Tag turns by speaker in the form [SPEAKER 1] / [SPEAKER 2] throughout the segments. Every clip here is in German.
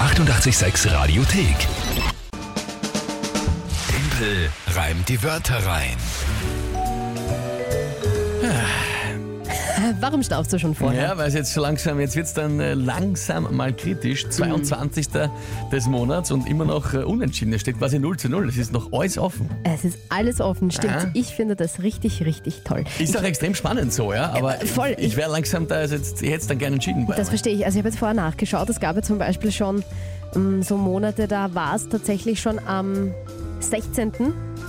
[SPEAKER 1] 886 Radiothek. Tempel reimt die Wörter rein.
[SPEAKER 2] Warum staubst du schon vorher?
[SPEAKER 3] Ja, weil es jetzt schon langsam, jetzt wird es dann äh, langsam mal kritisch. 22. des Monats und immer noch äh, unentschieden. Es steht quasi 0 zu 0. Es ist noch alles offen.
[SPEAKER 2] Es ist alles offen, stimmt.
[SPEAKER 3] Ja.
[SPEAKER 2] Ich finde das richtig, richtig toll.
[SPEAKER 3] Ist auch extrem spannend so, ja. Aber
[SPEAKER 2] Äh, voll.
[SPEAKER 3] ich wäre langsam da, also jetzt, ich hätte es dann gerne entschieden. Bei
[SPEAKER 2] Das
[SPEAKER 3] euch.
[SPEAKER 2] verstehe ich. Also ich habe jetzt vorher nachgeschaut. Es gab ja zum Beispiel schon ähm, so Monate, da war es tatsächlich schon am 16.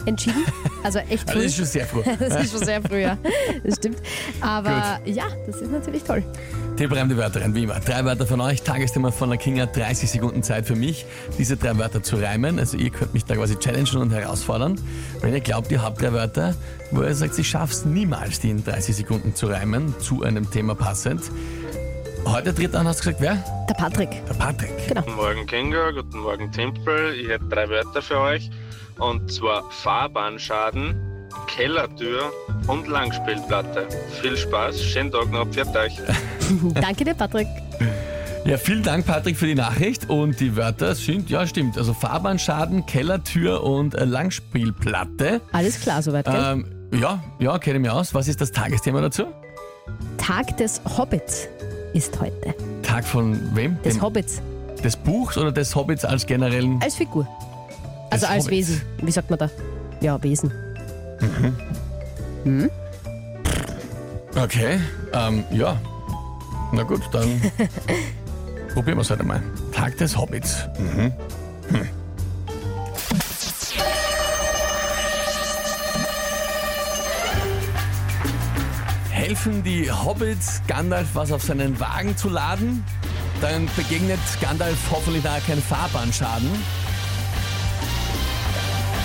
[SPEAKER 2] entschieden. Also echt
[SPEAKER 3] also
[SPEAKER 2] früh.
[SPEAKER 3] das ist schon sehr froh.
[SPEAKER 2] Das ist schon sehr früh, ja. Das stimmt. Aber ja, das ist natürlich toll.
[SPEAKER 3] Tipp reimt die Wörter rein, wie immer. Drei Wörter von euch, Tagesthema von der Kinga, 30 Sekunden Zeit für mich, diese drei Wörter zu reimen. Also ihr könnt mich da quasi challengen und herausfordern. Wenn ihr glaubt, ihr habt drei Wörter, wo ihr sagt, ich schaff's niemals, die in 30 Sekunden zu reimen, zu einem Thema passend. Heute tritt an, hast du gesagt, wer?
[SPEAKER 2] Der Patrick.
[SPEAKER 3] Der Patrick.
[SPEAKER 4] Guten Morgen Kinga, guten Morgen Tempel. Ich hätte drei Wörter für euch. Und zwar Fahrbahnschaden, Kellertür und Langspielplatte. Viel Spaß, schönen Tag noch, pfiat euch.
[SPEAKER 2] Danke dir, Patrick.
[SPEAKER 3] Ja, vielen Dank, Patrick, für die Nachricht. Und die Wörter sind, ja, stimmt. Also Fahrbahnschaden, Kellertür und äh, Langspielplatte.
[SPEAKER 2] Alles klar soweit, gell?
[SPEAKER 3] Ähm, ja, ja, kenne mich aus. Was ist das Tagesthema dazu? Äh.
[SPEAKER 2] Tag des Hobbits ist heute.
[SPEAKER 3] Tag von wem?
[SPEAKER 2] Des
[SPEAKER 3] Dem-
[SPEAKER 2] Hobbits.
[SPEAKER 3] des Buchs oder des Hobbits als generellen?
[SPEAKER 2] Als Figur. Äh, Also
[SPEAKER 3] Des
[SPEAKER 2] als
[SPEAKER 3] Hobbits.
[SPEAKER 2] Wesen. Wie sagt man da? Ja, Wesen.
[SPEAKER 3] Okay, ähm, ja. Na gut, dann probieren wir es halt einmal. Tag des Hobbits. Helfen die Hobbits, Gandalf was auf seinen Wagen zu laden? Dann begegnet Gandalf hoffentlich da kein Fahrbahnschaden.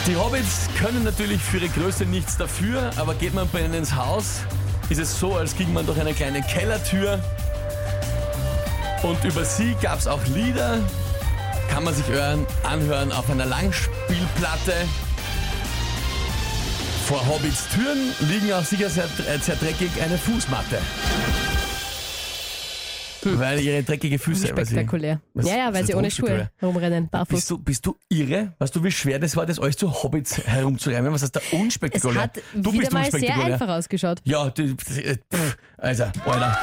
[SPEAKER 3] Die Hobbits können natürlich für ihre Größe nichts dafür, aber geht man bei ihnen ins Haus, ist es so, als ging man durch eine kleine Kellertür. Und über sie gab es auch Lieder, kann man sich hören, anhören auf einer Langspielplatte. Vor Hobbits Türen liegen auch sicher sehr, äh, sehr dreckig eine Fußmatte. Weil ihre dreckige Füße. weil sie-
[SPEAKER 2] Spektakulär.
[SPEAKER 3] was-
[SPEAKER 2] ja, ja, weil sie
[SPEAKER 3] was heißt
[SPEAKER 2] ohne Schuhe
[SPEAKER 3] spektakulär?
[SPEAKER 2] rumrennen, barfuß.
[SPEAKER 3] Bist du, bist du irre? Weißt du, wie schwer das war, das alles zu Hobbits herumzureimen? Was ist da
[SPEAKER 2] Es
[SPEAKER 3] unspektakulär?
[SPEAKER 2] hat
[SPEAKER 3] du
[SPEAKER 2] wieder
[SPEAKER 3] bist
[SPEAKER 2] mal sehr
[SPEAKER 3] unspektakulär.
[SPEAKER 2] einfach ausgeschaut.
[SPEAKER 3] Ja, du, pff, also, Alter.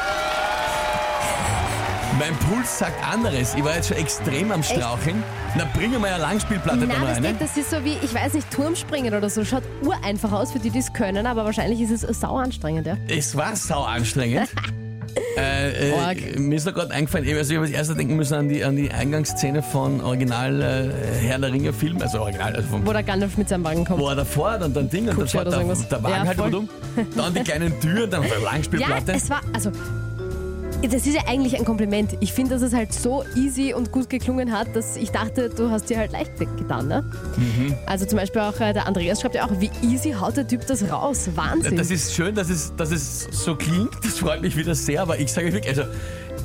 [SPEAKER 3] Mein Puls sagt anderes. Ich war jetzt schon extrem am Straucheln. Na, bring mir mal eine Langspielplatte
[SPEAKER 2] Nein,
[SPEAKER 3] dann
[SPEAKER 2] das,
[SPEAKER 3] rein. ne?
[SPEAKER 2] Ding, das ist so wie, ich weiß nicht, Turmspringen oder so. Schaut ureinfach aus für die, die es können, aber wahrscheinlich ist es sau anstrengend, ja.
[SPEAKER 3] Es war sau anstrengend. Äh,
[SPEAKER 2] Org.
[SPEAKER 3] äh, mir ist noch gerade eingefallen, ich weiß, ich habe als erster denken müssen an die, an die Eingangsszene von Original äh, Herr der Ringe Film, also Original, also vom
[SPEAKER 2] Wo der Gandalf mit seinem Wagen kommt.
[SPEAKER 3] wo er davor, dann dann Ding und dann
[SPEAKER 2] Kutsche
[SPEAKER 3] fährt
[SPEAKER 2] oder so
[SPEAKER 3] der,
[SPEAKER 2] irgendwas.
[SPEAKER 3] der Wagen
[SPEAKER 2] Ja,
[SPEAKER 3] halt
[SPEAKER 2] voll.
[SPEAKER 3] über um, dann die kleinen Türen, dann auf der
[SPEAKER 2] ja,
[SPEAKER 3] Langspielplatte.
[SPEAKER 2] es war, also, das ist ja eigentlich ein Kompliment. Ich finde, dass es halt so easy und gut geklungen hat, dass ich dachte, du hast dir halt leicht getan, ne?
[SPEAKER 3] Mhm.
[SPEAKER 2] Also zum Beispiel auch äh, der Andreas schreibt ja auch, wie easy haut der Typ das raus. Wahnsinn.
[SPEAKER 3] das ist schön, dass es, dass es so klingt, das freut mich wieder sehr, aber ich sage wirklich, also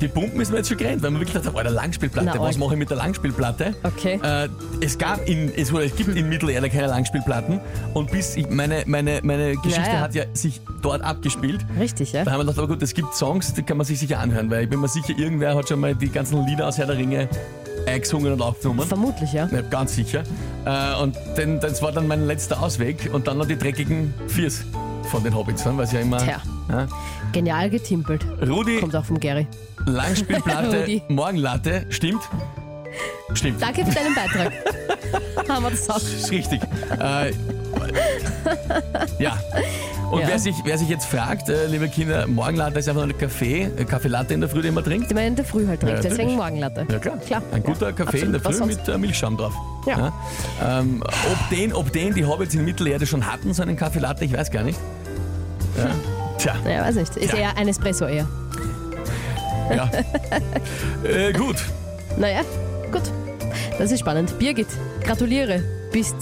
[SPEAKER 3] die Pumpen ist mir jetzt schon gerannt, weil man wirklich gedacht hat, oh, der Langspielplatte,
[SPEAKER 2] Na,
[SPEAKER 3] was
[SPEAKER 2] arg.
[SPEAKER 3] mache ich mit der Langspielplatte?
[SPEAKER 2] Okay.
[SPEAKER 3] Äh, es gab in, es, wurde, es gibt in Mittelerde keine Langspielplatten und bis ich, meine, meine, meine Geschichte
[SPEAKER 2] Ja, ja.
[SPEAKER 3] hat ja sich dort abgespielt.
[SPEAKER 2] Richtig, ja?
[SPEAKER 3] Da haben wir gedacht, aber gut, es gibt Songs, die kann man sich sicher anhören, weil ich bin mir sicher, irgendwer hat schon mal die ganzen Lieder aus Herr der Ringe eingesungen und aufgenommen.
[SPEAKER 2] Vermutlich, ja.
[SPEAKER 3] Ja, ganz sicher. Äh, und denn, das war dann mein letzter Ausweg und dann noch die dreckigen Viers von den Hobbits, ne? weil sie ja immer.
[SPEAKER 2] Tja.
[SPEAKER 3] Ja.
[SPEAKER 2] Genial getimpelt.
[SPEAKER 3] Rudi,
[SPEAKER 2] Kommt auch vom Gary.
[SPEAKER 3] Langspielplatte,
[SPEAKER 2] Rudi.
[SPEAKER 3] Morgenlatte, stimmt? Stimmt.
[SPEAKER 2] Danke für deinen Beitrag. haben wir das auch.
[SPEAKER 3] Ist richtig. äh, ja. Und
[SPEAKER 2] Ja.
[SPEAKER 3] Wer, sich, wer sich jetzt fragt, äh, liebe Kinder, Morgenlatte ist einfach nur ein Kaffee, äh, Kaffeelatte in der Früh, den man trinkt.
[SPEAKER 2] Die meinen in der Früh halt trinkt,
[SPEAKER 3] Ja,
[SPEAKER 2] deswegen
[SPEAKER 3] natürlich.
[SPEAKER 2] Morgenlatte.
[SPEAKER 3] Ja klar.
[SPEAKER 2] Klar.
[SPEAKER 3] Ein guter
[SPEAKER 2] Ja,
[SPEAKER 3] Kaffee
[SPEAKER 2] absolut.
[SPEAKER 3] in der
[SPEAKER 2] Was
[SPEAKER 3] Früh
[SPEAKER 2] sonst?
[SPEAKER 3] mit äh, Milchschaum drauf.
[SPEAKER 2] Ja.
[SPEAKER 3] Ja. Ähm, ob, den, ob den die Hobbits in Mittelerde schon hatten, so einen Kaffee Latte, ich weiß gar nicht.
[SPEAKER 2] Hm.
[SPEAKER 3] Ja. Tja,
[SPEAKER 2] Ja, weiß nicht. Ist
[SPEAKER 3] Ja.
[SPEAKER 2] eher ein Espresso eher.
[SPEAKER 3] ja. äh, gut.
[SPEAKER 2] Naja, gut. Das ist spannend. Birgit, gratuliere. Bist,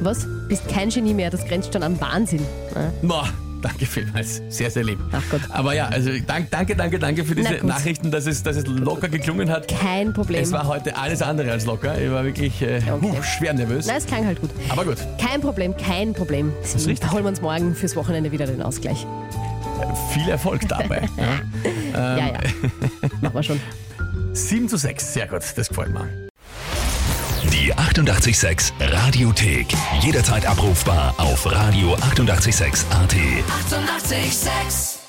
[SPEAKER 2] was? Bist kein Genie mehr. Das grenzt schon an Wahnsinn. Ja.
[SPEAKER 3] Boah, danke vielmals. Sehr, sehr lieb.
[SPEAKER 2] Ach Gott.
[SPEAKER 3] Aber ja, also dank, danke, danke, danke für
[SPEAKER 2] Na
[SPEAKER 3] diese
[SPEAKER 2] gut.
[SPEAKER 3] Nachrichten, dass es, dass es locker geklungen hat.
[SPEAKER 2] Kein Problem.
[SPEAKER 3] Es war heute alles andere als locker. Ich war wirklich äh,
[SPEAKER 2] Okay.
[SPEAKER 3] huh, schwer nervös.
[SPEAKER 2] Nein, es klang halt gut.
[SPEAKER 3] Aber gut.
[SPEAKER 2] Kein Problem, kein Problem.
[SPEAKER 3] ist richtig.
[SPEAKER 2] Da holen wir uns morgen fürs Wochenende wieder den Ausgleich.
[SPEAKER 3] Viel Erfolg dabei. ja. Ähm,
[SPEAKER 2] ja, ja. Machen wir schon.
[SPEAKER 3] 7 zu 6, sehr gut, das gefällt mir.
[SPEAKER 1] Die 886 Radiothek. Jederzeit abrufbar auf radio886.at. 886!
[SPEAKER 5] 886